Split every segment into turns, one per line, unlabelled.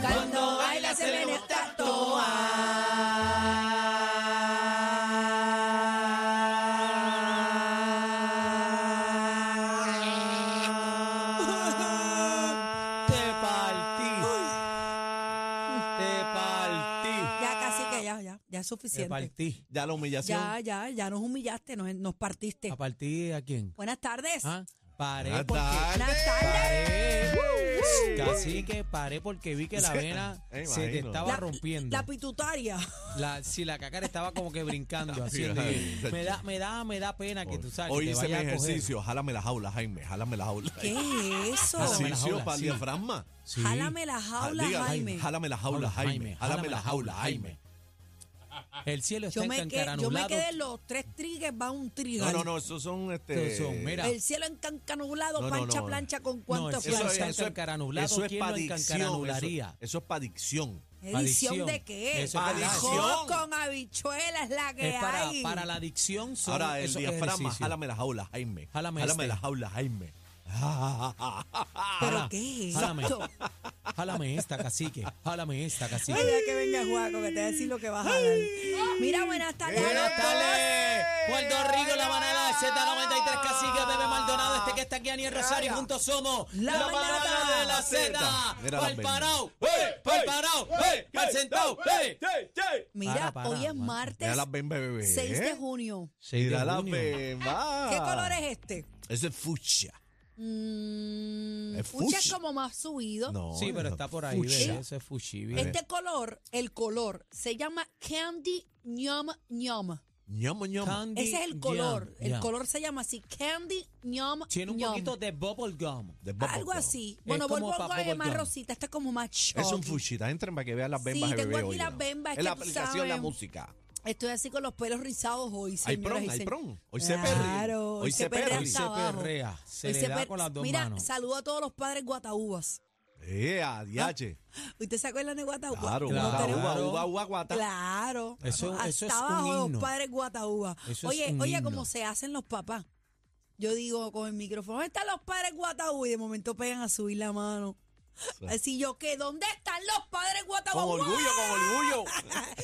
Cuando baila se le nota toa.
Te partí. Te partí.
Ya casi que ya, ya, ya es
Te
suficiente.
partí. Ya la humillación.
Ya, ya, ya nos humillaste, nos, nos partiste.
¿A partir a quién?
Buenas tardes.
¿Ah? Paré
Buenas
porque.
tardes.
Buenas tardes.
Paré. Casi que paré porque vi que la vena
Me
se te
imagino.
estaba rompiendo.
la pitutaria.
La- sí, la cacara estaba como que brincando así.
Fíjate.
me da, me da, me da pena que tú sabes.
Hoy
que te
hice mi
vaya a coger.
ejercicio, jálame la jaula, Jaime, jálame la jaula.
¿Qué es eso?
Jálame la
Ejercicio para el
jaula, Ah, sí.
diafragma.
Sí.
Jálame la jaula,
Diga,
Jaime.
Jálame la jaula, Jaime. Jálame la jaula, Jaime.
El cielo está
Yo me, que- yo me
encaranulado.
quedé en los tres trigues, va un trigo.
No, no, no, esos son este.
Esos son, mira.
El cielo encancanulado,
No, no,
pancha
no.
plancha con
No,
cuánto
el
fue.
cielo
Eso
Está
es, eso es,
encaranulado,
eso es
¿quién lo
para adicción. Eso,
encaranularía?
eso es para adicción.
¿Edición
Adicción.
de qué?
Eso es
verdad.
Arroz
Adicción.
con habichuelas la que
Es para,
hay.
para la adicción. Son
Ahora el
esos
diafragma,
ejercicios.
jálame la jaula, Jaime.
Jálame este.
la jaula, Jaime.
¿Pero
Jala,
qué es
jálame.
esto?
Jálame esta, cacique. Jálame esta,
Ay, ya
cacique.
que venga Juaco, que te voy a decir lo que vas a dar. Mira, buenas tardes.
Buenas tardes. Puerto Rico, la manada de Z93, cacique, bebé Maldonado, este que está aquí, Aniel Rosario, y juntos somos
La
la,
manada
manada de la Z.
Mira las
Pal
venas.
parao, pal parao, pal sentado, ey.
Mira,
Para, para,
hoy es
para.
martes
Mira las ven, bebé.
6 de junio.
Seis de
Mira las
junio.
ven, va.
¿Qué color es este?
Ese es fucsia.
Mm,
Es
fucsia es
fucsia.
como más subido.
No,
Sí, pero
eso
está
es
por ahí,
fucsia.
bebé. Ese es Fuchibi.
Este color, el color, se llama Candy Ñom Ñom.
Ñamo, ñamo.
Candy
Ese es el
yam,
color. El
yam.
color se llama así, Candy Ñom
Tiene un
Ñom.
poquito de bubble gum.
De bubble
Algo
gum.
así. Bueno,
como
vuelvo
pa'
a es
bubblegum.
más rosita. Este es como más
Es
choggy.
un fuchita, entren para que vean las
Sí,
bembas de
tengo
bebé
aquí
hoy,
las
¿no?
bembas, es
En la
que tú
aplicación, la
sabes.
música.
Estoy así con los pelos rizados hoy,
Hay
señoras
pron,
y
hay
señores.
pron. Hoy se perre.
Claro,
Hoy se
perrea
perre.
Hoy
hasta
se
abajo.
perrea, se
Hoy
le da
per-
con las dos
Mira,
manos.
saludo a todos los padres guataúbas.
Eh, a diache.
¿Usted se acuerdan de guataúbas?
Claro,
No
guataúba,
tenemos-
uva,
claro.
uva, uva, guata.
Claro.
Eso-
Hasta
eso es un
abajo los
himno.
padres guataúbas.
Eso es
Oye,
un
oye,
himno.
como se hacen los papás. Yo digo con el micrófono, ¿dónde están los padres guataúbas? Y de momento pegan a subir la mano. Así yo, ¿qué? ¿Dónde están los padres
Con
guataúbas? ¡Ah!
orgullo, con orgullo.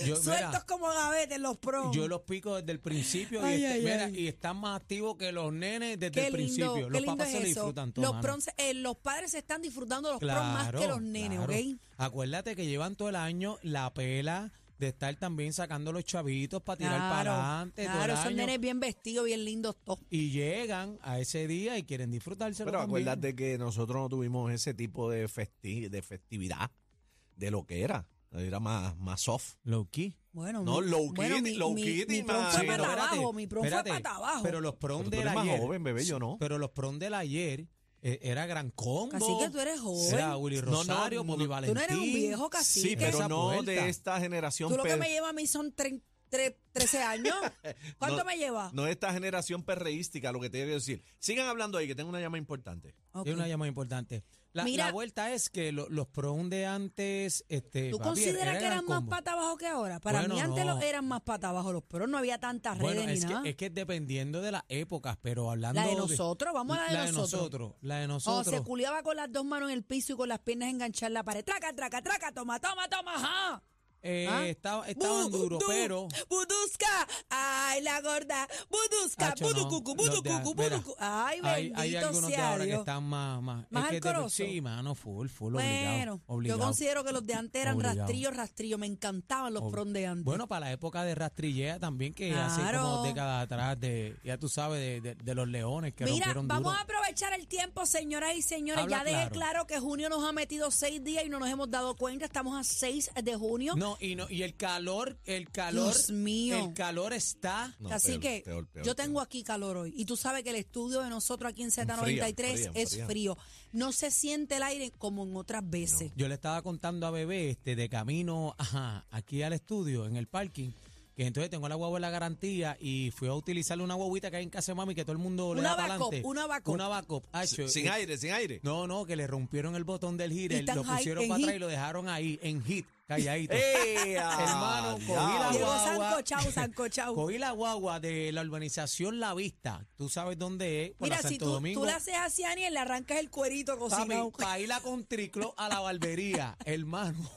Yo, mira,
Sueltos como gavetes los pros.
Yo los pico desde el principio
Ay,
y, este-
ay,
mira,
ay.
y están más activos que los nenes desde
Qué
el
lindo,
principio.
qué
los
lindo
papás
es
se lo
eso.
disfrutan todo.
Los,
mano.
pros- eh, los padres se están disfrutando de los pros más que los nenes,
claro.
¿ok?
Acuérdate que llevan todo el año la pela de estar también sacando los chavitos para tirar para adelante. todo
claro,
el
son
año.
nenes bien vestidos, bien lindos todos.
Y llegan a ese día y quieren disfrutarse.
Pero acuérdate que nosotros no tuvimos ese tipo de, festi de festividad de lo que era. Era más, más soft.
Low key.
Bueno,
No,
mi-
low
bueno,
kitty,
mi-
low
mi-
kitty,
mi prom
man.
fue
Sí,
para
no,
abajo, mi prom fue
espérate.
para abajo.
Pero los prom
Pero tú
del
eres más
ayer.
joven, bebé, yo no.
Pero los prom del ayer eh, era gran combo.
Así que tú eres joven.
Era Willy
No, no,
Rosario, Bobby
no.
Valentín.
Tú no eres un viejo cacique.
Sí, pero
esa
no
vuelta.
de esta generación.
Tú lo que
per-
me llevas a mí son tre- tre- 13 años. ¿Cuánto
No,
me llevas?
No de esta generación perreística, lo que te quiero decir. Sigan hablando ahí, que tengo una llama importante.
Ok.
Es una llamada importante. La,
Mira.
la vuelta es que lo- los prom de antes. Este,
¿Tú
papi,
consideras
era
que
gran
eran más
combo.
pata abajo que ahora? Para
Bueno,
mí antes
no.
los eran más pata abajo los pros, no había tantas
Bueno,
redes ni
es
nada.
que, es que dependiendo de las épocas, pero hablando.
La de nosotros, vamos a la de nosotros.
La de
O
nosotros.
se culiaba con las dos manos en el piso y con las piernas enganchadas en la pared. Traca, traca, traca, toma, toma, toma, ajá.
eh,
¿Ah?
estaba- estaban
Bu-
duros,
du-
pero.
Budusca, ay, la gorda. Budusca,
Hacho, no,
buducucu,
los de-
buducucu,
mira,
buducucu. Ay,
hay,
bendito
hay algunos de
sea
ahora que
Dios.
están más. Más,
¿Más
es que te-
alcorosos?
Sí, mano, full, full, obligado.
Bueno,
obligado.
yo considero que los de antes eran
Obligado.
rastrillo, rastrillo. Me encantaban los
Ob-
prom de antes.
Bueno, para la época de Rastrillea también, que hace
Claro.
como dos décadas atrás, de, ya tú sabes, de, de- de los leones que
Mira,
rompieron
vamos
duro.
a aprovechar el tiempo, señoras y señores.
Habla
ya dejé
claro.
claro que junio nos ha metido seis días y no nos hemos dado cuenta. Estamos a 6 de junio.
No, no, y no, y el calor, el calor,
Dios mío.
el calor está.
No,
Así
peor,
que
peor, peor,
yo
peor.
tengo aquí calor hoy. Y tú sabes que el estudio de nosotros aquí en Z93
Enfría,
es
enfría.
frío. No se siente el aire como en otras veces.
Yo le estaba contando a Bebé este, de camino ajá, aquí al estudio, en el parking, que entonces tengo la guagua en la garantía y fui a utilizar una guaguita que hay en casa de mami que todo el mundo le
Una
da para
backup,
adelante.
una backup.
Una backup. hacho,
Sin
eh,
aire, sin aire.
No, no, que le rompieron el botón del
Y
heater,
están
lo
high
pusieron
en
para atrás
heat. Eh.
y lo dejaron ahí, en hit, calladito.
¡Ey, ah,
Hermano, cogí la
diablo!
Llegó
guagua.
sancochao, sancochao.
Cogí la guagua de la urbanización La Vista. Tú sabes dónde es. por
Mira,
la
si
Santo
tú,
Domingo.
tú le haces así a Aniel, le arrancas el cuerito cocinado.
para irla con triclo a la barbería, hermano.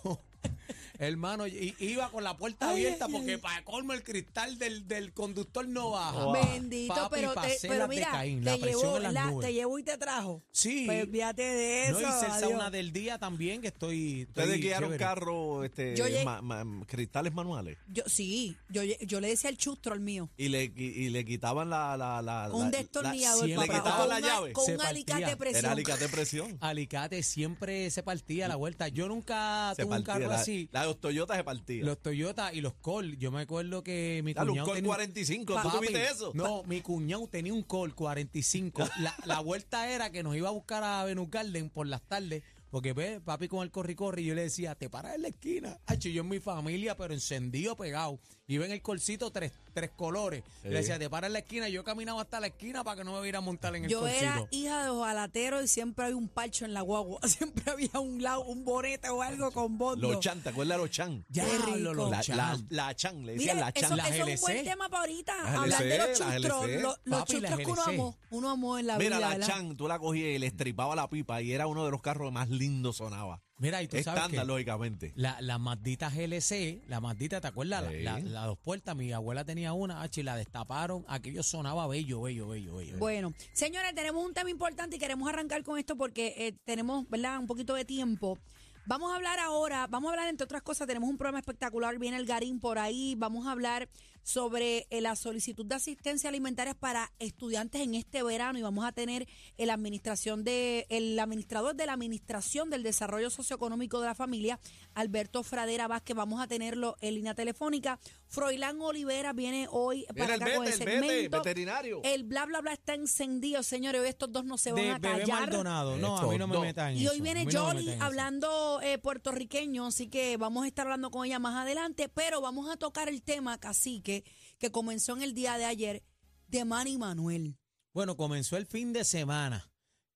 Hermano, y- iba con la puerta
Ay,
abierta
ay,
porque para colmo el cristal del, del conductor no baja.
Bendito,
Papi,
pero, te,
pasé
pero
las
mira,
de Caín,
te,
la presión
llevó,
en las
la-
nubes.
te llevó y te trajo.
Sí.
Pues fíjate de eso.
no hice el
adiós.
sauna del día también, que estoy. estoy
Ustedes guiaron
chévere.
carro, este,
Yo llegué-
ma- ma- cristales manuales.
Yo, sí, yo, yo le decía al chustro al mío.
Y le, y, y le quitaban la... la, la
Un
la-
destornillador,
la-
siempre
Le
papá.
quitaban
con
la
un-
llave.
Con
Se
un alicate de
partía.
presión.
Era alicate de presión.
Alicate siempre se partía la vuelta. Yo nunca
Se
tuve un
partía.
carro
la,
así.
la de los Toyota se partía.
Los Toyota y los Col. Yo me acuerdo que mi
Dale, un
cuñado
Col
tenía un-
45, ¿tú
Papi,
tuviste eso?
No, mi cuñado tenía un Col 45. La, la vuelta era que nos iba a buscar a Venus Garden por las tardes. Porque ve, papi con el corri-corri, yo le decía, te paras en la esquina. Hacho, yo en mi familia, pero encendido, pegado. Iba en el colcito tres, tres colores.
Sí.
Le decía, te paras en la esquina. Yo caminaba hasta la esquina para que no me viera a montar en el
Yo
colcito.
era hija de ojalatero y siempre había un parcho en la guagua. Siempre había un lado, un bonete o algo con bondo.
Los Chan, ¿te acuerdas de los Chan?
Ya,
Qué rico.
lo- lo-
La,
chan.
la, la Chan, le
Mira,
decían la
eso,
Chan.
Las
eso es un buen
LC.
tema para ahorita.
Las
Hablar de
LC,
los
las
chustros.
LC.
Los, los
Papi, las
chustros que uno
LC.
amó. Uno amó en la
Mira,
vida,
la
¿verdad?
Chan, tú la cogías y le estripaba la pipa y era uno de los carros más lindos sonaba.
Mira, y tú sabes
Estándar,
que...
lógicamente.
La, la Mazdita GLC, la Mazdita, ¿te acuerdas? La-
Sí.
La, la dos puertas, mi abuela tenía una, ah, y la destaparon, aquello sonaba bello, bello, bello, bello.
Bueno, señores, tenemos un tema importante y queremos arrancar con esto porque eh, tenemos, ¿verdad? Un poquito de tiempo. Vamos a hablar ahora, vamos a hablar entre otras cosas, tenemos un programa espectacular, viene el Garín por ahí, vamos a hablar sobre eh, la solicitud de asistencia alimentaria para estudiantes en este verano y vamos a tener el administración de el administrador de la Administración del Desarrollo Socioeconómico de la Familia, Alberto Fradera Vázquez, vamos a tenerlo en línea telefónica. Froilán Olivera viene hoy para
Mira, el
acá con el
vete, el vete,
segmento.
veterinario.
El bla bla bla está encendido, señores. Hoy estos dos no se van
de
a
bebé
callar.
Maldonado, no, a mí no me
Estos
metan en
Y hoy
eso, a
viene
mí no me
Johnny
metan en eso.
hablando eh, puertorriqueño, así que vamos a estar hablando con ella más adelante, pero vamos a tocar el tema, cacique, que comenzó en el día de ayer, de Manny Manuel.
Bueno, comenzó el fin de semana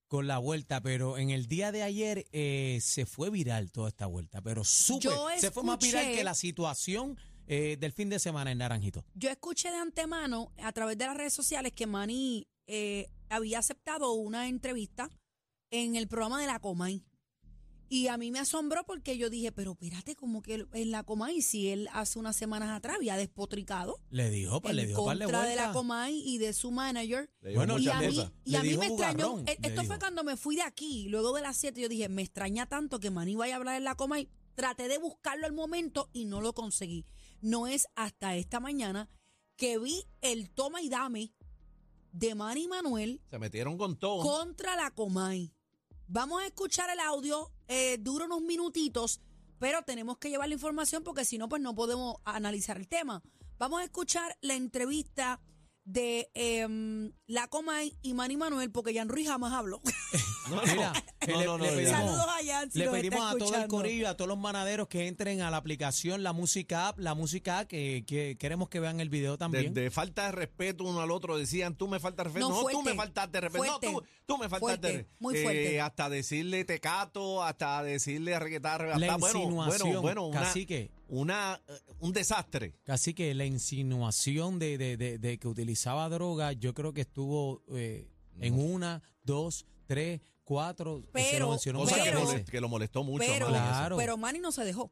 con la vuelta, pero en el día de ayer eh, se fue viral toda esta vuelta, pero súper,
Yo
se fue más viral
escuché-
que la situación eh, del fin de semana en Naranjito.
Yo escuché de antemano a través de las redes sociales que Manny eh, había aceptado una entrevista en el programa de la Comay. Y a mí me asombró porque yo dije, pero espérate, como que en la Comay, si él hace unas semanas atrás había despotricado
Le dijo, pa-
en
le dijo, par de
contra de la
vueltas.
Comay y de su manager.
Le dio
Bueno,
Y a
muchas
le-
mí,
cosas.
y
le
a mí
dijo
me extrañó.
bugarrón,
e-
le
Esto fue
dijo.
cuando me fui de aquí, luego de las 7. Yo dije, me extraña tanto que Maní vaya a hablar en la Comay. Traté de buscarlo al momento y no lo conseguí. No es hasta esta mañana que vi el toma y dame de Manny Manuel
Se metieron con todo.
contra la Comay. Vamos a escuchar el audio, eh, dura unos minutitos, pero tenemos que llevar la información porque si no, pues no podemos analizar el tema. Vamos a escuchar la entrevista de em, la Comay y Manny Manuel, porque Jan Ruiz jamás habló.
No,
Mira,
no,
le-
no, no,
le
ya
pedimos-
no.
Saludos a Jan, si
Le
nos está
pedimos a todo el
escuchando.
corillo, a todos los manaderos que entren a la aplicación, la música app, la música app, que, que queremos que vean el video también.
De, de falta de respeto uno al otro decían tú me faltas de respeto
No,
no,
fuerte,
tú me faltaste de respeto
fuerte,
no tú, tú me faltaste de
fuerte,
respeto
muy fuerte.
hasta decirle tecato hasta decirle reggaetar
la
hasta, Ah, bueno bueno
insinuación,
bueno una,
cacique,
una eh, un desastre
cacique, la insinuación de, de- de- de que utilizaba droga, yo creo que estuvo eh, en
No.
una, dos, tres, cuatro, y se
Pero-
lo mencionó
cosa que,
muchas
pero-
molest-
veces.
que lo molestó mucho
pero,
a Manny, eso.
Claro. Este,
pero Manny no se dejó.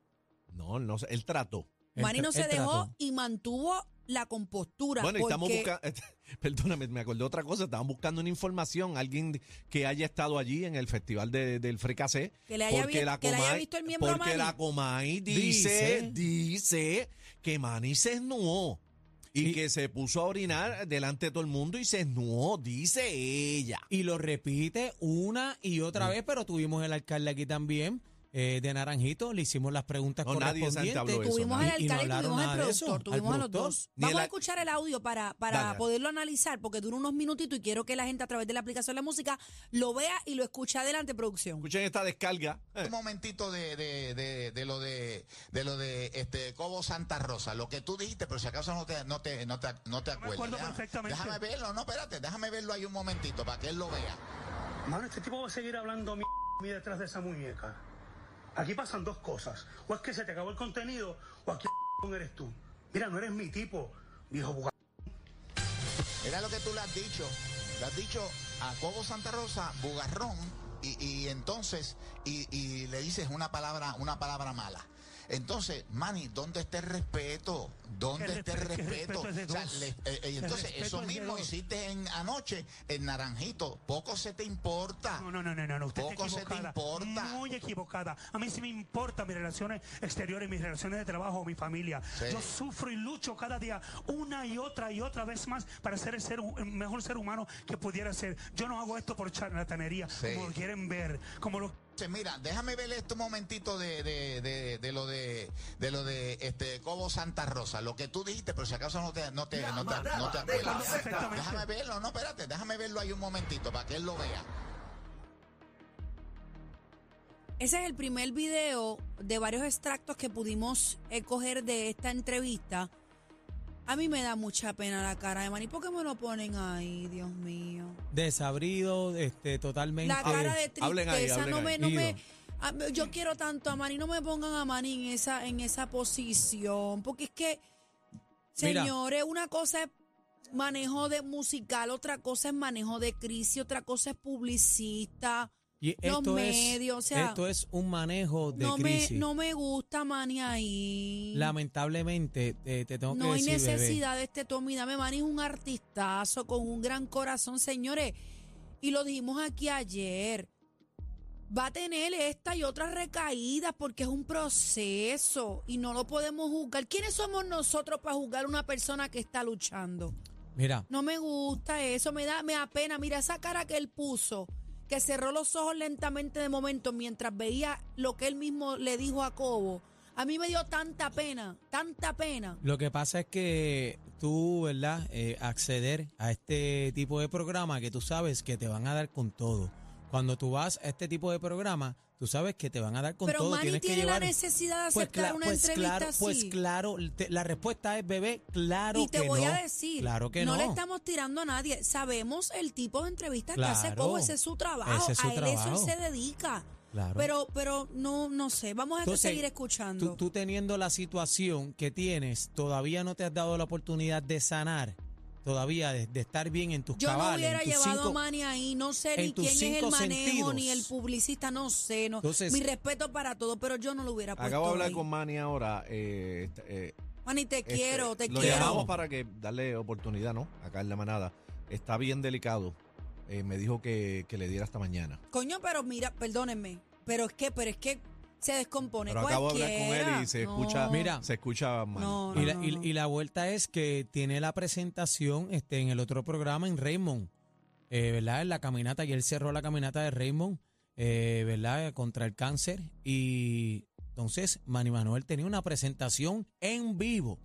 no no sé, él trató
El
Manny no
tra-
se
el
dejó
trato.
y mantuvo la compostura.
Bueno, y estamos
porque-
buscando, perdóname, me acordé otra cosa, estaban buscando una información, alguien que haya estado allí en el festival de- del Fricacé.
Que le haya vi- que le haya visto el miembro a Manny.
Porque la Comay dice,
Dice.
dice, que Manny se esnuó y,
Y-
que se puso a orinar delante de todo el mundo y se esnuó, dice ella.
Y lo repite una y otra vez, pero tuvimos el alcalde aquí también. eh, de Naranjito, le hicimos las preguntas
No, nadie en Santa
correspondientes.
habló de eso,
Tuvimos
¿no?
al
Y- y Pues no
alcalde,
hablaron
tuvimos al
nada de eso,
productor, tuvimos
al
a los
productor.
dos.
Ni el
Vamos a
al-
escuchar el audio para, para
Dale, dale.
poderlo analizar, porque dura unos minutitos y quiero que la gente a través de la aplicación de la música lo vea y lo escuche adelante, producción.
Escuchen esta descarga. Eh,
Un momentito de, de- de- de lo de, de lo de este Cobo Santa Rosa, lo que tú dijiste, pero si acaso no te, no te, no te, no te acuerdas.
acuerdo
déjame,
perfectamente.
déjame verlo, no, espérate, déjame verlo ahí un momentito para que él lo vea.
Mano, este tipo va a seguir hablando mi detrás de esa muñeca. Aquí pasan dos cosas. O es que se te acabó el contenido, o aquí eres tú. Mira, no eres mi tipo, viejo buga-
Era lo que tú le has dicho. Le has dicho a Cobo Santa Rosa, bugarrón, y, y entonces, y, y le dices una palabra, una palabra mala. Entonces, Manny, ¿dónde está el respeto? ¿Dónde
¿Qué
está el
respeto? ¿Qué
respeto?
respeto es de
O sea,
dos?
le- eh, eh,
¿Qué
entonces,
respeto
eso
es de
mismo
dos?
hiciste en, anoche en Naranjito. Poco se te importa.
No, no, no, no, no, no. Usted
Poco se
está
te
equivocada.
importa.
Muy equivocada. A mí sí me importan mis relaciones exteriores, mis relaciones de trabajo, mi familia.
Sí.
Yo sufro y lucho cada día una y otra y otra vez más para ser el, ser, hu- el mejor ser humano que pudiera ser. Yo no hago esto por charlatanería,
Sí.
como lo quieren ver, como lo
Entonces, Mira, déjame ver este momentito de, de- de- de lo de, de lo de este Cobo Santa Rosa, lo que tú dijiste, pero si acaso no te, no te, no te, no te acuerdas.
Perfectamente.
Déjame verlo, no, espérate, déjame verlo ahí un momentito para que él lo vea.
Ese es el primer video de varios extractos que pudimos eh, coger de esta entrevista. A mí me da mucha pena la cara de Manny. ¿Por qué me lo ponen ahí, Dios mío?
Desabrido, este, totalmente.
La cara de tristeza.
hablen ahí, hablen
no me,
ahí.
no me,
Ido.
a- yo quiero tanto a Manny. No me pongan a Manny en esa, en esa posición. Porque es que,
Mira.
señores, una cosa es manejo de musical, otra cosa es manejo de crisis, otra cosa es publicista.
Y
los
esto es,
medios, o sea,
esto es un manejo de
no
crisis.
me, no me gusta Manny ahí.
Lamentablemente, eh, te tengo
no
que
hay
decir, bebé,
necesidad de este Tommy. Dame Manny es un artistazo con un gran corazón, señores. Y lo dijimos aquí ayer. Va a tener esta y otras recaídas porque es un proceso y no lo podemos juzgar. ¿Quiénes somos nosotros para juzgar a una persona que está luchando?
Mira,
No me gusta eso, me da, me da pena. Mira esa cara que él puso, que cerró los ojos lentamente de momento mientras veía lo que él mismo le dijo a Cobo. A mí me dio tanta pena, tanta pena.
lo que pasa es que tú, ¿verdad? Eh, acceder a este tipo de programa que tú sabes que te van a dar con todo. Cuando tú vas a este tipo de programa, tú sabes que te van a dar con
Pero
todo.
Manny
tienes que
tiene la
llevar-
necesidad de
Pues,
aceptar
cla-
una
pues
entrevista
claro,
así.
pues claro, te- la respuesta es, bebé, claro
y te
que
voy
no.
a decir,
claro que no.
le estamos tirando a nadie. Sabemos el tipo de entrevistas que hace
Claro,
Cobo, ese es su trabajo,
ese es su
a él eso
trabajo.
él se dedica.
Claro.
Pero, pero no, no sé, vamos a
Entonces,
seguir escuchando.
Tú, tú teniendo la situación que tienes, todavía no te has dado la oportunidad de sanar, todavía de, de estar bien en tus
Yo no
cabales. en
hubiera
tus
llevado
cinco-
a Manny ahí, no sé
en
ni
tus
quién es el
cinco
manejo, ni el
sentidos.
publicista, no sé. No.
Entonces-
Mi respeto para todo, pero yo no lo hubiera puesto
Acabo de hablar
ahí.
con Manny ahora. eh, esta- eh,
Manny, te
este,
quiero, te
Lo
quiero.
llamamos para que darle oportunidad, ¿no? Acá en la manada. Está bien delicado. Eh, me dijo que, que le diera hasta mañana.
Coño, pero mira, perdónenme, pero es que, pero es que se descompone
Pero acabo de hablar
cualquiera.
con él y se
No.
escucha,
Mira.
se escucha mal.
No,
Y la,
no,
y-
no.
y la vuelta es que tiene la presentación este, en el otro programa en Raymond, eh, ¿verdad? En la caminata, y él cerró la caminata de Raymond, eh, ¿verdad? Contra el cáncer. Y entonces Manny Manuel tenía una presentación en vivo,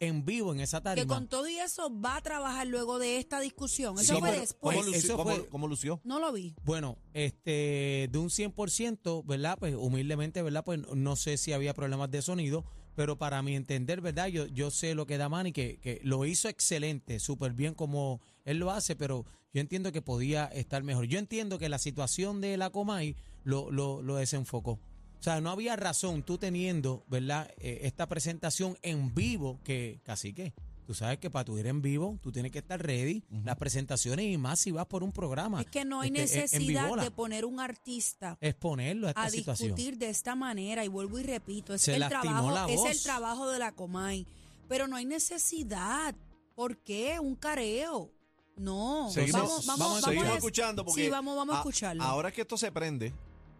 en vivo en esa
Que
tarima.
con todo y eso va a trabajar luego de esta discusión.
Sí,
Eso fue
¿cómo-
después.
¿Cómo lució?
Eso
cómo-
fue-
cómo lució?
No lo vi.
Bueno, este, de un 100%, ¿verdad? Pues humildemente, ¿verdad? Pues no sé si había problemas de sonido, pero para mi entender, ¿verdad? Yo, yo sé lo que da Manny, que, que lo hizo excelente, súper bien como él lo hace, pero yo entiendo que podía estar mejor. Yo entiendo que la situación de la Comay lo, lo, lo desenfocó. O sea, no había razón tú teniendo, ¿verdad? Eh, esta presentación en vivo, que casi que. Tú sabes que para tu ir en vivo, tú tienes que estar ready, las presentaciones y más si vas por un programa.
Es que no hay
Este, en- en
necesidad
vivola
de poner un artista
exponerlo a esta
a
situación.
discutir de esta manera y vuelvo y repito, es
Se
el
lastimó
trabajo,
la
es el
voz.
trabajo de la Comay, pero no hay necesidad. ¿Por qué un careo? No,
Seguimos,
vamos, vamos, vamos
seguimos
a-
escuchando porque
sí, vamos, vamos a,
a-
escucharlo.
Ahora que esto se prende,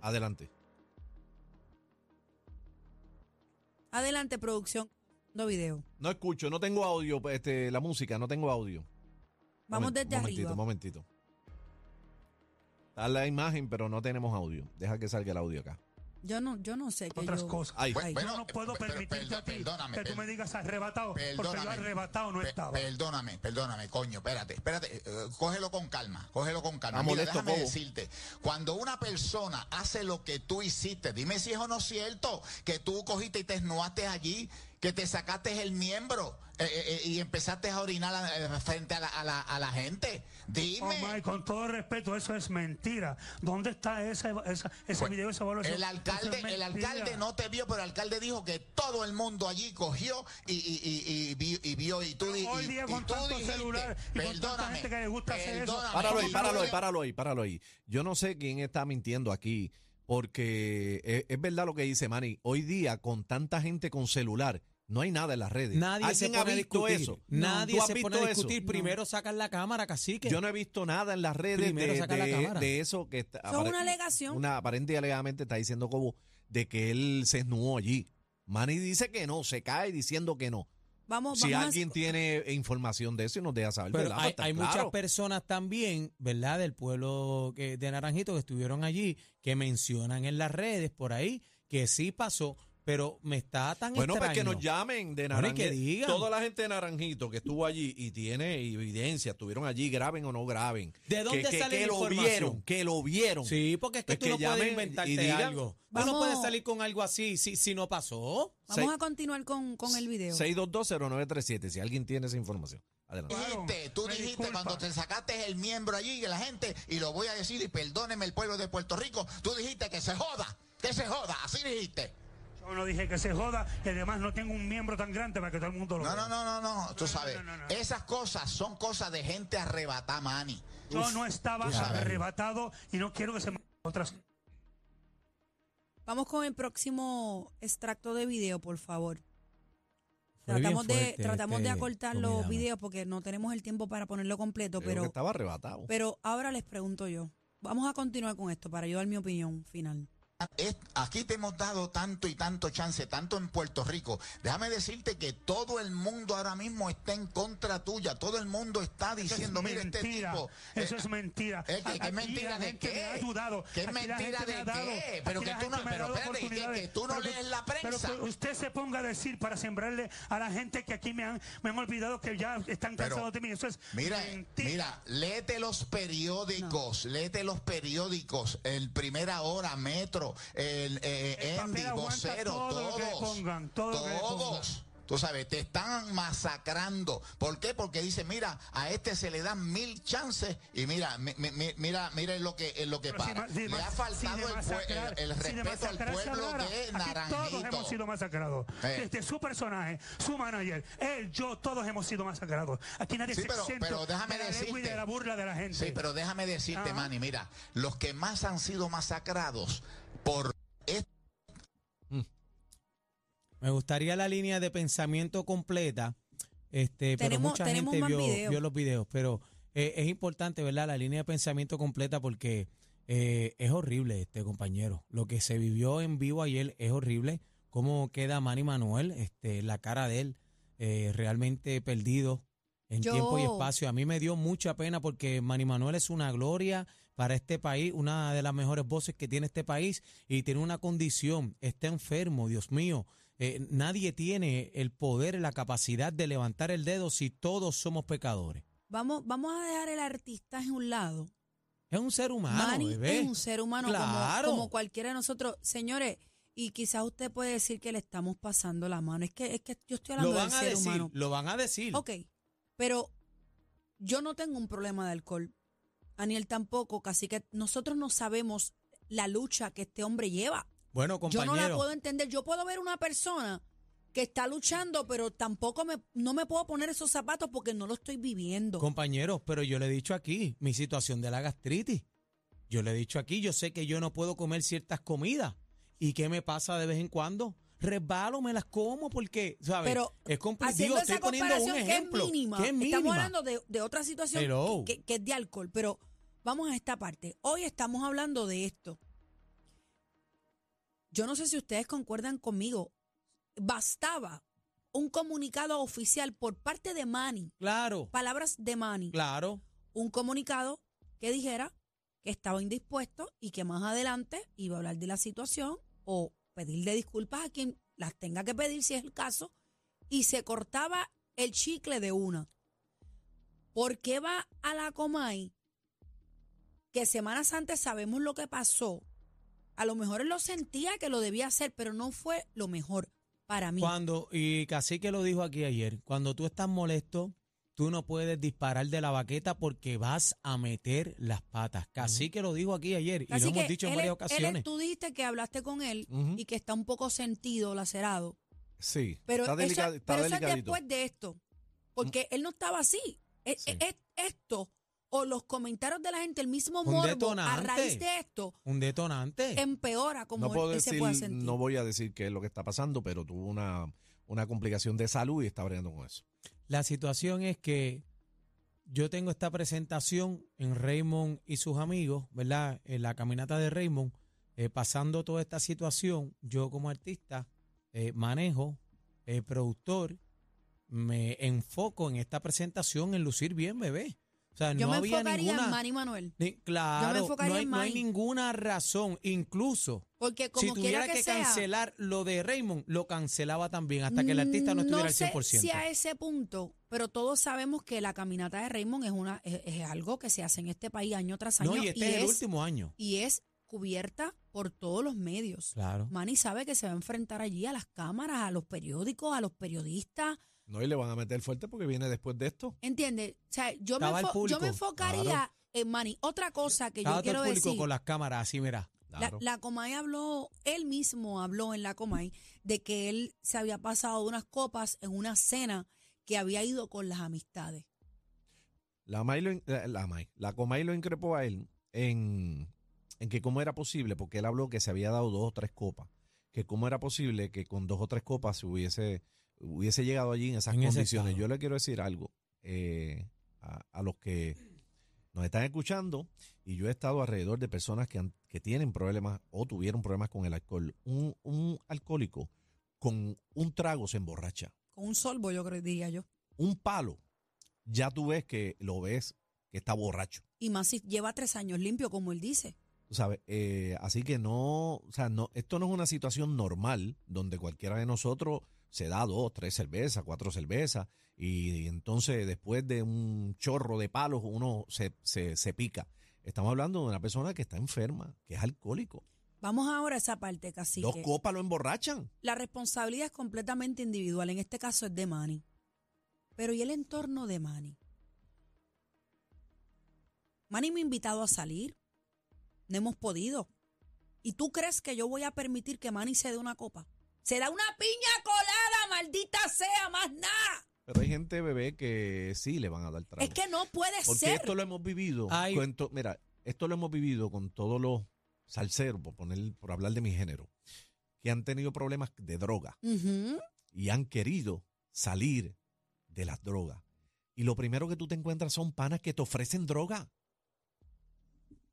adelante.
Adelante producción, no video.
No escucho, no tengo audio, pues, este, la música, no tengo audio.
Vamos
Momen-
desde
momentito,
arriba.
momentito. Está la imagen, pero no tenemos audio. Deja que salga el audio acá.
Yo no, yo no sé que
otras
yo-
cosas.
Ay.
Bueno,
yo no puedo
pero-
permitirte
pero-
a ti
perdóname,
que tú
per-
me digas arrebatado, porque yo arrebatado no
pe-
estaba.
Perdóname, perdóname, coño, espérate, espérate, eh, cógelo con calma, cógelo con calma.
Está
Mira,
Ah, molesto,
déjame
bobo.
decirte, cuando una persona hace lo que tú hiciste, dime si es o no cierto que tú cogiste y te esnuaste allí, que te sacaste el miembro eh, eh, eh, y empezaste a orinar eh, frente a la, a la- a la gente.
Oh
Dime.
my, con todo respeto, eso es mentira. ¿Dónde está ese, esa, ese
Pues,
video, esa evaluación?
El alcalde,
Eso es
el
mentira.
alcalde no te vio, pero el alcalde dijo que todo el mundo allí cogió y, y- y- y vi- y vio y tú di-
Hoy
y-
día
y
con
tú
tanto
dijiste,
celular y con tanta
perdóname,
gente que le gusta hacer eso.
perdóname,
Páralo ahí,
y-
páralo ahí, páralo ahí, páralo ahí. Yo no sé quién está mintiendo aquí, porque es, es verdad lo que dice Manny. Hoy día, con tanta gente con celular, no hay nada en las redes.
Nadie se
¿Alguien
pone
ha
a
visto
discutir.
eso?
Nadie
¿Tú has
se pone
visto
a
eso?
discutir. Primero sacan la cámara, cacique.
Yo no he visto nada en las redes
Primero
de,
saca la
de-
cámara.
de eso que está.
Eso es
apare-
una alegación.
Una aparente y alegadamente está diciendo Cobo de que él se esnuó allí. Manny dice que no, se cae diciendo que no.
Vamos,
Si
vamos a-
alguien tiene información de eso y nos deja saber,
Pero
¿verdad?
hay,
Está
hay
claro.
muchas personas también, ¿verdad? Del pueblo que- de Naranjito que estuvieron allí, que mencionan en las redes por ahí que sí pasó, pero me está tan
Bueno, pues
extraño.
que nos llamen de
este Bueno, y
Naranjito.
que digan.
Toda la gente de Naranjito que estuvo allí y tiene evidencia, estuvieron allí, graben o no graben.
¿De
Que-
dónde
que,
sale
que
la
lo
información?
vieron, que lo vieron.
Sí, porque es que
Pues
tú
que
no puedes
llamen y
inventarte
digan.
algo. Tú no
Vamos.
puedes salir con algo así si, si no pasó.
vamos
Seis-
a continuar con, con el video.
6220937, si alguien tiene esa información. Adelante.
dijiste, tú
Me
dijiste
disculpa.
cuando te sacaste el miembro allí que la gente, y lo voy a decir, y perdóneme el pueblo de Puerto Rico, tú dijiste que se joda, que se joda, así dijiste.
Yo no dije que se joda y además no tengo un miembro tan grande para que todo el mundo lo
No,
vea.
no, no, no, no, tú
No, no,
sabes,
no, no, no.
esas cosas son cosas de gente arrebatada, Manny.
Yo no estaba arrebatado y no quiero que se me otras.
Vamos con el próximo extracto de video, por favor.
Fue bien
Tratamos de,
fuerte
tratamos de
este
acortar
comida,
los
man.
videos porque no tenemos el tiempo para ponerlo completo,
Creo que
pero,
estaba arrebatado.
pero ahora les pregunto yo. Vamos a continuar con esto para yo dar mi opinión final.
Es- aquí te hemos dado tanto y tanto chance, tanto en Puerto Rico. Déjame decirte que todo el mundo ahora mismo está en contra tuya. Todo el mundo está
Eso
diciendo,
es
mira este
mentira,
tipo.
Eso
eh,
es mentira.
Es que- que
Aquí
mentira
la
de
gente
qué?
me ha ayudado.
¿Qué
Aquí la
mentira
gente
de
me ha dado.
qué? Pero
Aquí
que
la
tú no-
gente me ha
pero
dado
espérate, que-
oportunidades.
que tú no
Pero
lees la
pero
prensa.
que usted se ponga a decir para sembrarle a la gente que aquí me han, me han olvidado que ya están
Pero,
cansados de mí. Eso es
Mira,
mentira.
mira, léete los periódicos, léete los periódicos, el Primera Hora, Metro, el eh,
El papel
Andy,
aguanta
Vocero,
todo lo
todos,
que le pongan, todo lo que le
todos. Tú sabes, te están masacrando. ¿Por qué? Porque dice, mira, a este se le dan mil chances y mira, mi- mi- mi- mira, mira en lo que en lo que
Pero si
para.
ma- si
le
ma-
ha faltado
si de
el, pue-
masacrar-
el- el
si de
respeto al
masacrar se
pueblo
hablara,
de
aquí Todos hemos
Naranjito.
sido masacrados.
Eh.
Desde su personaje, su manager, él, yo, todos hemos sido masacrados. Aquí nadie
Sí,
se
pero-
exenta
pero déjame
de la lengua y
decirte.
de la burla de la gente.
Sí, pero déjame decirte,
Ajá.
Manny, mira, los que más han sido masacrados por esto
Me gustaría la línea de pensamiento completa, este, pero
Tenemos-
mucha
tenemos
gente
más
vio,
videos.
vio los videos, pero eh, es importante, ¿verdad? La línea de pensamiento completa porque eh, es horrible, este compañero. Lo que se vivió en vivo ayer es horrible. Cómo queda Manny Manuel, este, la cara de él, eh, realmente perdido en
Yo-
tiempo y espacio. A mí me dio mucha pena porque Manny Manuel es una gloria para este país, una de las mejores voces que tiene este país y tiene una condición, está enfermo, Dios mío. Eh, nadie tiene el poder, la capacidad de levantar el dedo si todos somos pecadores.
Vamos, vamos a dejar el artista en un lado.
Es un ser humano,
Manny
bebé.
es un ser humano como-
Claro.
como, cualquiera de nosotros. Señores, y quizás usted puede decir que le estamos pasando la mano. Es que, es que yo estoy
lo
hablando del
van a
ser
decir,
humano.
lo van a decir.
Ok, pero yo no tengo un problema de alcohol. Aniel tampoco, así que nosotros no sabemos la lucha que este hombre lleva.
Bueno, compañero.
Yo no la puedo entender. Yo puedo ver una persona que está luchando, pero tampoco me, no me puedo poner esos zapatos porque no lo estoy viviendo.
Compañeros, pero yo le he dicho aquí mi situación de la gastritis. Yo le he dicho aquí, yo sé que yo no puedo comer ciertas comidas. ¿Y qué me pasa de vez en cuando? Resbalo, me las como porque, ¿sabes?
Pero
es complicado.
Haciendo
estoy
esa
poniendo un
comparación que es
ejemplo.
mínima,
que es
estamos
mínima.
hablando de, de otra situación
Hello.
que, que es de alcohol, pero vamos a esta parte. Hoy estamos hablando de esto. Yo no sé si ustedes concuerdan conmigo. Bastaba un comunicado oficial por parte de Manny,
Claro,
palabras de Manny,
claro.
un comunicado que dijera que estaba indispuesto y que más adelante iba a hablar de la situación o pedirle disculpas a quien las tenga que pedir si es el caso y se cortaba el chicle de una. ¿Por qué va a la Comay? Que semanas antes sabemos lo que pasó. A lo mejor él lo sentía que lo debía hacer, pero no fue lo mejor para mí.
Cuando, y casi que lo dijo aquí ayer, cuando tú estás molesto, tú no puedes disparar de la baqueta porque vas a meter las patas. Casi que lo dijo aquí ayer y
Así
lo hemos
que
dicho en
él
varias
es- él es-
ocasiones.
tú dijiste que hablaste con él
Ujú.
y que está un poco sentido, lacerado.
Sí,
Pero,
está,
eso,
delicado, está
pero eso es
delicadito.
después de esto. Porque
Mm.
él no estaba así. E-
Sí.
e- esto o los comentarios de la gente, el mismo
Un
morbo a
detonante.
raíz de esto
Un detonante.
empeora como
no,
él,
puedo
él se
decir,
puede sentir.
no voy a decir qué es lo que está pasando, pero tuvo una, una complicación de salud y está bregando con eso.
La situación es que yo tengo esta presentación en Raymond y sus amigos, ¿verdad? En la caminata de Raymond, eh, pasando toda esta situación, yo como artista eh, manejo, eh, productor, me enfoco en esta presentación en lucir bien, bebé. O sea,
Yo
pues, no
me
había
enfocaría
ninguna.
en Manny Manuel.
ni- claro,
enfocaría
no hay,
en
no hay
Manny.
ninguna razón, incluso.
Porque como
si tuviera
quiera
que,
que, sea.
cancelar lo de Raymond, lo cancelaba también hasta que el artista no estuviera
Mm, sé
al 100%.
Si a ese punto, pero todos sabemos que la caminata de Raymond es una es, es algo que se hace en este país año tras año
no, y este es el último año.
y es cubierta por todos los medios.
Claro.
Manny sabe que se va a enfrentar allí a las cámaras, a los periódicos, a los periodistas.
No, y le van a meter fuerte porque viene después de esto.
¿Entiendes? O sea, yo, me,
Estaba el
enfo- yo me
público,
enfocaría
claro.
en Manny. Otra cosa que
Estaba
yo
todo el
quiero
público
decir.
con las cámaras así, mira.
La,
Claro.
la Comay habló, él mismo habló en la Comay de que él se había pasado unas copas en una cena que había ido con las amistades.
La, May lo in- la, la May, la Comay lo increpó a él en, en que cómo era posible, porque él habló que se había dado dos o tres copas, que cómo era posible que con dos o tres copas se hubiese, hubiese llegado allí en esas
En ese
condiciones.
estado.
Yo le quiero decir algo eh, a, a los que nos están escuchando y yo he estado alrededor de personas que, han- que tienen problemas o tuvieron problemas con el alcohol. Un, un alcohólico con un trago se emborracha
Con un solvo, yo creo, diría yo.
un palo, ya tú ves que lo ves que está borracho.
Y más si lleva tres años limpio, como él dice.
Tú sabes, eh, así que no, o sea, no, esto no es una situación normal donde cualquiera de nosotros se da dos, tres cervezas, cuatro cervezas, y, entonces después de un chorro de palos uno se, se, se pica. Estamos hablando de una persona que está enferma, que es alcohólico.
Vamos ahora a esa parte, casi.
Dos copas lo emborrachan.
La responsabilidad es completamente individual, en este caso es de Manny. Pero ¿y el entorno de Manny? Manny me ha invitado a salir. No hemos podido. ¿Y tú crees que yo voy a permitir que Manny se dé una copa? Se da una piña colada, maldita sea, más nada.
Pero hay gente bebé que sí le van a dar trago.
Es que no puede
Porque
ser.
esto lo hemos vivido.
Ay.
con to- mira, esto lo hemos vivido con todos los salseros, por, poner, por hablar de mi género, que han tenido problemas de droga
Ujú.
y han querido salir de las drogas. Y lo primero que tú te encuentras son panas que te ofrecen droga.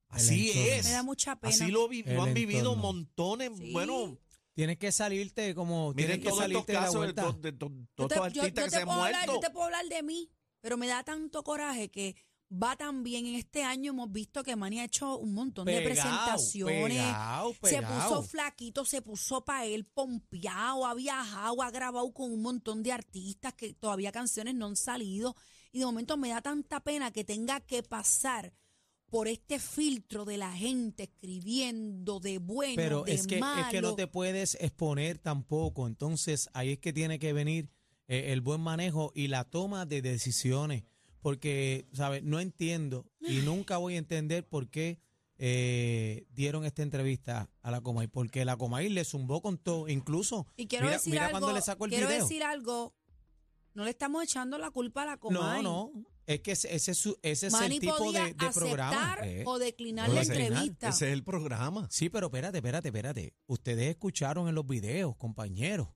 Así
entorno.
es.
Me da mucha pena.
Así lo, vi- lo
El
han vivido
entorno.
montones.
Sí.
Bueno,
Tienes que salirte como.
miren
tienes que
todos estos
salirte de la
casos de,
vuelta.
to- de to-
Yo
todos
te-
estos
yo-
artistas
yo te
que se han
puedo hablar-
muerto.
Yo te puedo hablar de mí, pero me da tanto coraje que va tan bien en este año. Hemos visto que Manny ha hecho un montón de
Pegao,
presentaciones.
pegao,
Se puso
pegao.
flaquito, se puso pa' él pompeado, ha viajado, ha grabado con un montón de artistas que todavía canciones no han salido. Y de momento me da tanta pena que tenga que pasar por este filtro de la gente escribiendo de bueno,
Pero
de
es que,
malo.
es que no te puedes exponer tampoco. Entonces, ahí es que tiene que venir eh, el buen manejo y la toma de decisiones. Porque, ¿sabes? No entiendo y nunca voy a entender por qué eh, dieron esta entrevista a la Comay. Porque la Comay le zumbó con todo. Incluso,
Y quiero
mira,
decir
mira
algo,
cuando le sacó el
quiero
video.
decir algo. No le estamos echando la culpa a la Comay.
No, no. Es que ese, ese es su- ese es
Manny
el tipo
podía
de, de programa.
aceptar
eh.
o declinar
No,
la
ese-
entrevista.
Ese es el programa.
Sí, pero espérate, espérate, espérate. Ustedes escucharon en los videos, compañeros,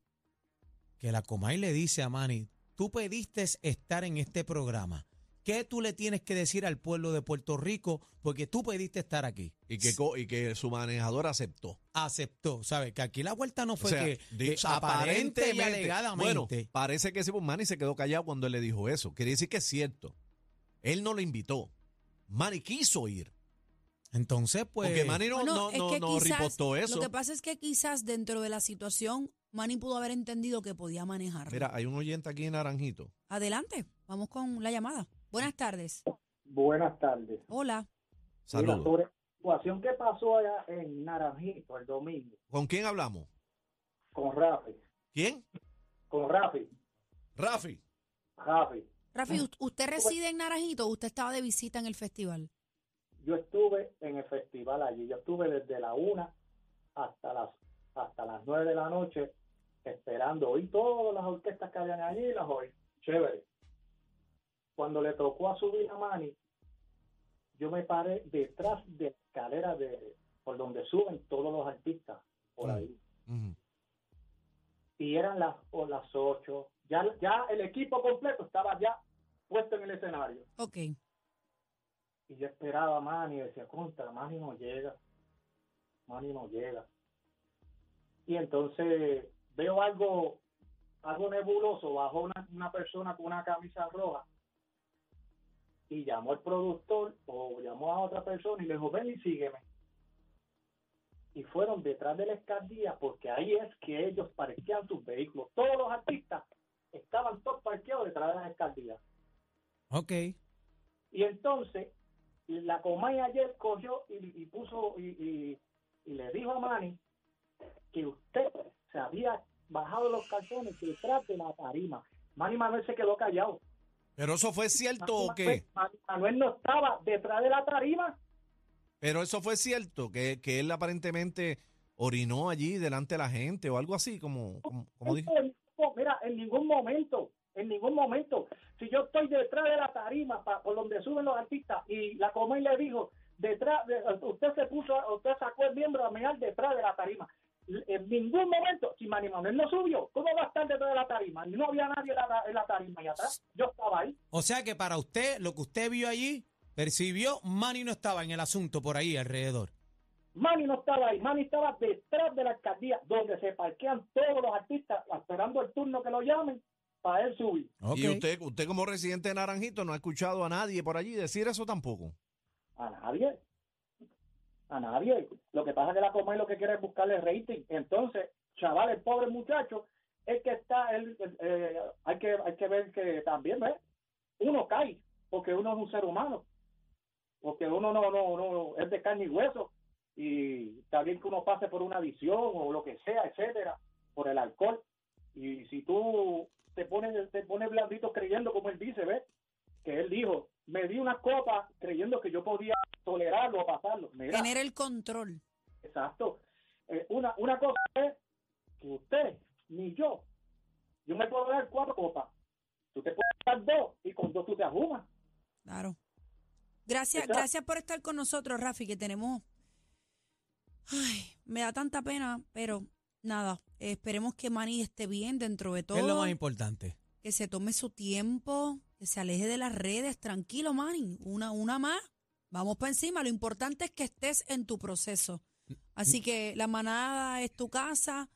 que la Comay le dice a Manny, tú pediste estar en este programa. ¿Qué tú le tienes que decir al pueblo de Puerto Rico? Porque tú pediste estar aquí.
Y que, co- y que su manejador aceptó.
Aceptó, ¿sabes? Que aquí la vuelta no fue
O sea,
que
di-
eh, aparente y alegadamente.
Bueno, parece que ese Manny se quedó callado cuando él le dijo eso. Quiere decir que es cierto. Él no lo invitó. Manny quiso ir.
Entonces, pues.
Porque Manny no,
Bueno,
no,
es
no,
que
no
quizás-
ripostó eso.
Lo que pasa es que quizás dentro de la situación, Manny pudo haber entendido que podía manejar.
Mira, hay un oyente aquí en Naranjito.
Adelante, vamos con la llamada. Buenas tardes.
Buenas tardes.
Hola.
Mira,
Saludos.
sobre la situación que pasó allá en Naranjito el domingo
¿Con quién hablamos?
con Rafi,
¿Quién?
con Rafi,
Rafi.
Rafi.
Rafi, ¿us- ¿usted reside en Naranjito o usted estaba de visita en el festival?
Yo estuve en el festival allí, yo estuve desde la una hasta las hasta las nueve de la noche esperando. Oí todas las orquestas que habían allí, las oí. Chévere. Cuando le tocó a subir a Manny, yo me paré detrás de la escalera de, por donde suben todos los artistas, por
Mm.
ahí.
Ujú.
y eran las, o las 8. Ya, ya el equipo completo estaba ya puesto en el escenario.
Ok.
Y yo esperaba a Manny y decía, contra, Manny no llega. Manny no llega. Y entonces veo algo, algo nebuloso. Bajó una, una persona con una camisa roja y llamó al productor o llamó a otra persona y le dijo, ven y sígueme. Y fueron detrás de la escardía porque ahí es que ellos parquean sus vehículos. Todos los artistas estaban todos parqueados detrás de las escardías.
Ok.
Y entonces, la Comay ayer cogió y, y puso y, y- y le dijo a Manny que usted se había bajado los calzones detrás de la tarima. Manny Manuel se quedó callado.
Pero eso fue cierto o
Manny
qué?
Manuel- Manny Manuel no estaba detrás de la tarima.
Pero eso fue cierto, que, que él aparentemente orinó allí delante de la gente o algo así, como, como, como dije.
Entonces, no, Mira, en ningún momento, en ningún momento. Si yo estoy detrás de la tarima pa- por donde suben los artistas y la Comay le dijo, detrás, de- usted se puso, usted sacó el miembro a mirar detrás de la tarima. L- En ningún momento, si Manny Manuel no subió, ¿cómo va a estar detrás de la tarima? No había nadie en la, en la tarima y atrás. Yo estaba ahí.
O sea que para usted, lo que usted vio allí, percibió, Manny no estaba en el asunto por ahí alrededor.
Manny no estaba ahí. Manny estaba detrás de la alcaldía, donde se parquean todos los artistas esperando el turno que lo llamen para él subir.
Ok.
Y usted, usted como residente de Naranjito no ha escuchado a nadie por allí decir eso tampoco.
A nadie. A nadie. Lo que pasa es que la Comay lo que quiere es buscarle rating. Entonces, chaval, el pobre muchacho, es que está, él, eh, eh, hay, que, hay que ver que también, ¿ves? Uno cae, porque uno es un ser humano. Porque uno no, no, no, es de carne y hueso. Y está bien que uno pase por una adicción o lo que sea, etcétera, por el alcohol. Y si tú te pones, te pones blandito creyendo, como él dice, ¿ves? que él dijo, me di una copa creyendo que yo podía tolerarlo o pasarlo. Mira,
Tener el control.
exacto. Eh, una, una cosa es que usted, ni yo, yo me puedo dar cuatro copas. Tú te puedes dar dos y con dos tú te ajumas.
Claro. Gracias,
Exacto.
gracias por estar con nosotros, Rafi, que tenemos. Ay, me da tanta pena, pero nada. Esperemos que Manny esté bien dentro de todo.
Es lo más importante.
que se tome su tiempo, que se aleje de las redes. Tranquilo, Manny. Una, una más. Vamos para encima. Lo importante es que estés en tu proceso. Así que la manada es tu casa.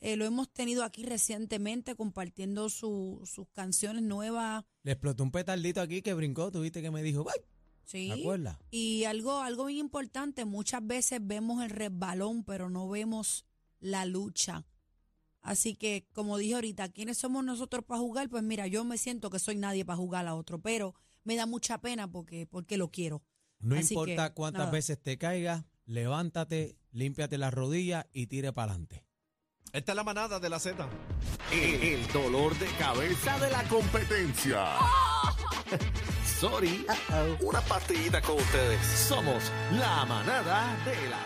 Eh, lo hemos tenido aquí recientemente compartiendo su- sus canciones nuevas.
Le explotó un petardito aquí que brincó, tuviste que me dijo, ¡ay!
¿Sí?
¿Te acuerdas?
Y algo, algo bien importante, muchas veces vemos el resbalón, pero no vemos la lucha. Así que, como dije ahorita, ¿quiénes somos nosotros para jugar? Pues mira, yo me siento que soy nadie para jugar a otro, pero me da mucha pena porque, porque lo quiero.
No
Así
importa
que,
cuántas
nada.
veces te caigas, levántate, límpiate las rodillas y tire para adelante.
Esta es la manada de la Z.
El, el dolor de cabeza de la competencia. Sorry. Una partidita con ustedes. Somos la manada de la